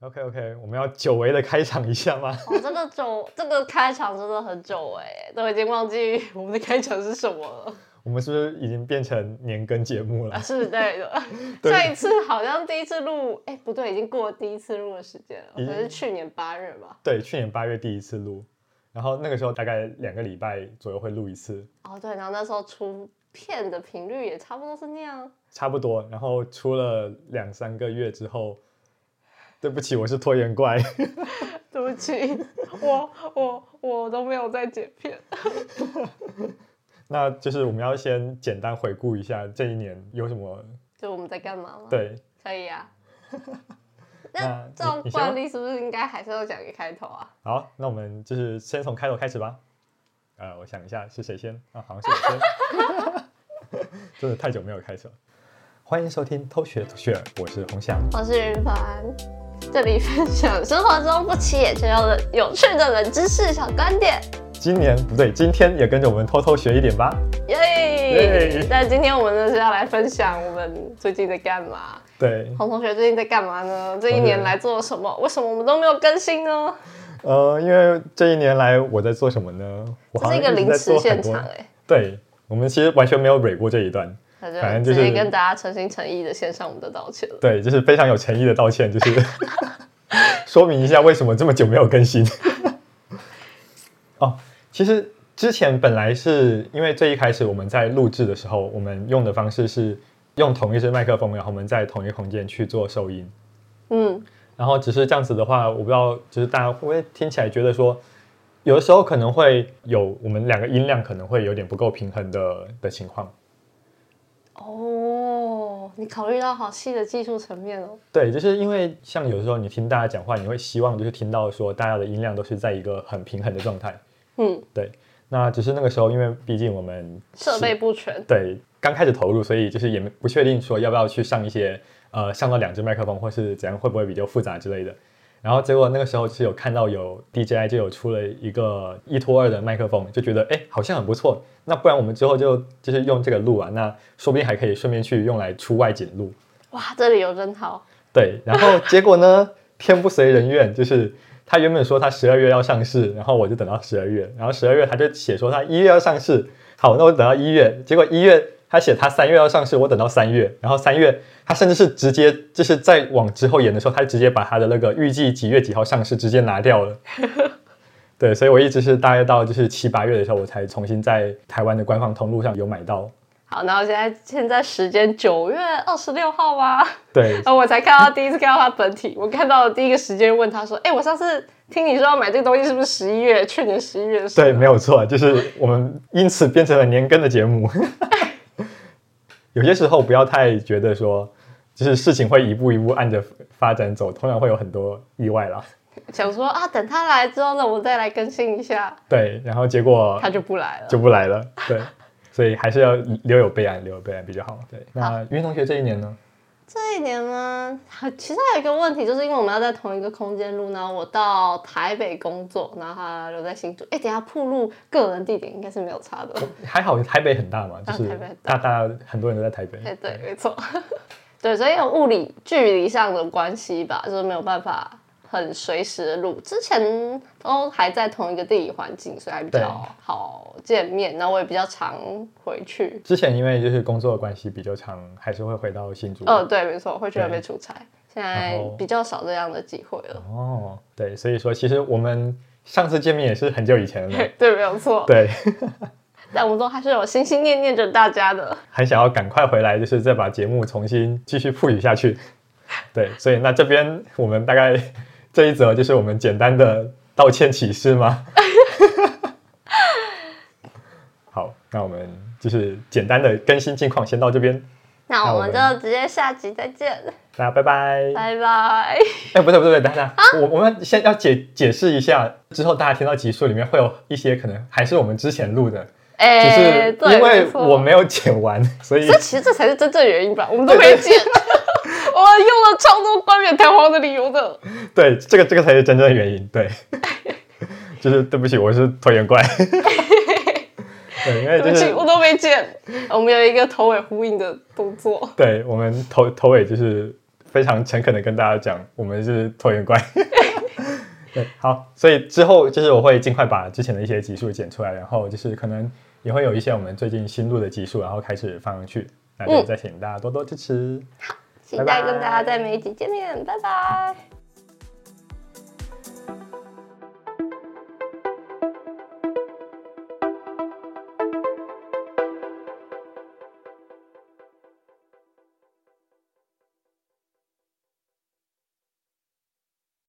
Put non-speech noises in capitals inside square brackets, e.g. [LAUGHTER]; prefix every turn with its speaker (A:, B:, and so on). A: OK OK，我们要久违的开场一下吗？ [LAUGHS]
B: 哦，这个久，这个开场真的很久哎，都已经忘记我们的开场是什么了，啊
A: 我们是不是已经变成年更节目
B: [LAUGHS]
A: 了？
B: 是对的。
A: [LAUGHS] 对
B: 上一次好像第一次录，哎，不对，已经过了第一次录的时间了，
A: 已经
B: 可是去年八月吧。
A: 对，去年八月第一次录，然后那个时候大概两个礼拜左右会录一次，
B: 哦，对，然后那时候出片的频率也差不多是那样。
A: 差不多。然后出了两三个月之后，对不起，我是拖延怪。 [LAUGHS]
B: 对不起，我我我都没有在剪片。
A: 那就是我们要先简单回顾一下这一年有什么
B: 就我们在干嘛吗？，
A: 对。
B: 可以
A: [LAUGHS]
B: 啊。
A: 那
B: 那
A: 你
B: 照
A: 你先
B: 惯
A: 吧
B: 例是不是应该还是要讲一个开头啊？
A: 好，那我们就是先从开头开始吧。呃，我想一下是谁先啊，好像是我先。 [LAUGHS] 真的太久没有开始了。欢迎收听偷学吐血，我是洪翔。
B: 我是云凡，这里分享生活中不起眼却又的有趣的冷知识小观点，
A: 今年不对，今天也跟着我们偷偷学一点吧。耶
B: 耶！那今天我们呢是要来分享我们最近在干嘛？
A: 对，
B: 洪同学最近在干嘛呢？这一
A: 同
B: 年
A: 学
B: 来做了什么？为什么我们都没有更新呢？
A: 呃，因为这一年来我在做什么呢？我
B: 这
A: 好
B: 是
A: 像
B: 一个
A: 直
B: 临
A: 在
B: 时
A: 做
B: 现
A: 很多
B: 场。哎、
A: 对，我们其实完全没有蕊过这一段。
B: 那哎就
A: 反正就
B: 直接
A: 是
B: 跟大家诚心诚意的献上我们的道歉了。
A: 对，就是非常有诚意的道歉，就是 [LAUGHS] 说明一下为什么这么久没有更新。哦，其实之前本来是因为最一开始我们在录制的时候，我们用的方式是用同一支麦克风，然后我们在同一空间去做收音。
B: 嗯，
A: 然后只是这样子的话，我不知道，就是大家会不会听起来觉得说，有的时候可能会有我们两个音量可能会有点不够平衡的的情况。
B: 哦，你考虑到好细的技术层面哦。
A: 对，就是因为像有时候你听大家讲话，你会希望就是听到说大家的音量都是在一个很平衡的状态。
B: 嗯，
A: 对，那只是那个时候，因为毕竟我们
B: 设备不全。
A: 对刚开始投入，所以就是也没不确定说要不要去上一些呃上到两只麦克风或是怎样，会不会比较复杂之类的。然后结果那个时候是有看到有 DJI 就有出了一个一拖二的麦克风，就觉得哎好像很不错，那不然我们之后就就是用这个录啊，那说不定还可以顺便去用来出外景录。
B: 哇，这里有真好。
A: 对，然后 [LAUGHS] 结果呢，天不遂人愿，就是他原本说他十二月要上市，然后我就等到十二月，然后十二月他就写说他一月要上市，好，那我等到一月，结果一月他写他三月要上市，我等到三月，然后三月他甚至是直接就是再往之后延的时候，他直接把他的那个预计几月几号上市直接拿 [LAUGHS] 掉了。对，所以我一直是大概到就是七八月的时候，我才重新在台湾的官方通路上有买到。
B: 好，然后现在现在时间九月二十六号 [LAUGHS] 吧，
A: 对，
B: 啊，我才看到第一次看到他本体，我看到的第一个时间问他说，哎、我上次听你说要买这个东西是不是十一月？去年十一月的时候
A: 对，没有错，就是我们因此变成了年更的节目。 [LAUGHS] 有些时候不要太觉得说，就是事情会一步一步按着发展走，通常会有很多意外啦。
B: 想说啊，等他来之后呢，我再来更新一下，
A: 对，然后结果
B: 他就不来了。
A: 就不来了。对，所以还是要留有备案，留有备案比较好。对，那云同学这一年呢？
B: 这一年呢，还其实还有一个问题，就是因为我们要在同一个空间录，然后我到台北工作，然后他留在新竹。哎，等一下铺路个人地点应该是没有差的。
A: 还好，台北很大嘛，就
B: 啊
A: 是
B: 台北很
A: 大大很多人都在台北。
B: 哎，对，没错， [LAUGHS] 对，所以有物理距离上的关系吧，就是没有办法很随时的录。之前都还在同一个地理环境，所以还比
A: 对
B: 较好见面，然后我也比较常回去。
A: 之前因为就是工作的关系比较长，还是会回到新竹。
B: 呃，对，没错，会去那边
A: 对
B: 出差，现在
A: 然后
B: 比较少这样的机会了。 [LAUGHS]
A: 哦，对，所以说其实我们上次见面也是很久以前了，
B: 对，没有错。
A: 对， [LAUGHS]
B: 但我们都还是有心心念念着大家的。
A: 很想要赶快回来，就是再把节目重新继续赋予下去。对，所以那这边我们大概这一则就是我们简单的道歉启事吗？ [LAUGHS] 好，那我们就是简单的更新近况，先到这边，
B: 那我们
A: 那我
B: 就直接下集再见，
A: 大家拜拜。
B: 拜拜。
A: 哎，不对不对，等等，我我们先要解解释一下，之后大家听到集数里面会有一些可能还是我们之前录的，只
B: 哎、
A: 是
B: 对，
A: 因为
B: 没错
A: 我没有剪完， [LAUGHS] 所以
B: [LAUGHS] 这其实这才是真正原因吧，我们都没 [LAUGHS] 见。我们用了超多冠冕堂皇的理由的，
A: 对，这个这个才是真正的原因。对， [LAUGHS] 就是对不起，我是拖延怪。 [LAUGHS] 对，因为
B: 对不
A: 就
B: 起，
A: 是
B: 我都没见。我们有一个头尾呼应的动作，
A: 对我们头头尾就是非常诚恳的跟大家讲，我们是拖延怪。 [LAUGHS] 对，好，所以之后就是我会尽快把之前的一些集数剪出来，然后就是可能也会有一些我们最近新录的集数，然后开始放上去。那就
B: 嗯
A: 再请大家多多支持。
B: 期
A: 拜拜
B: 待跟大家在每一集见面，拜拜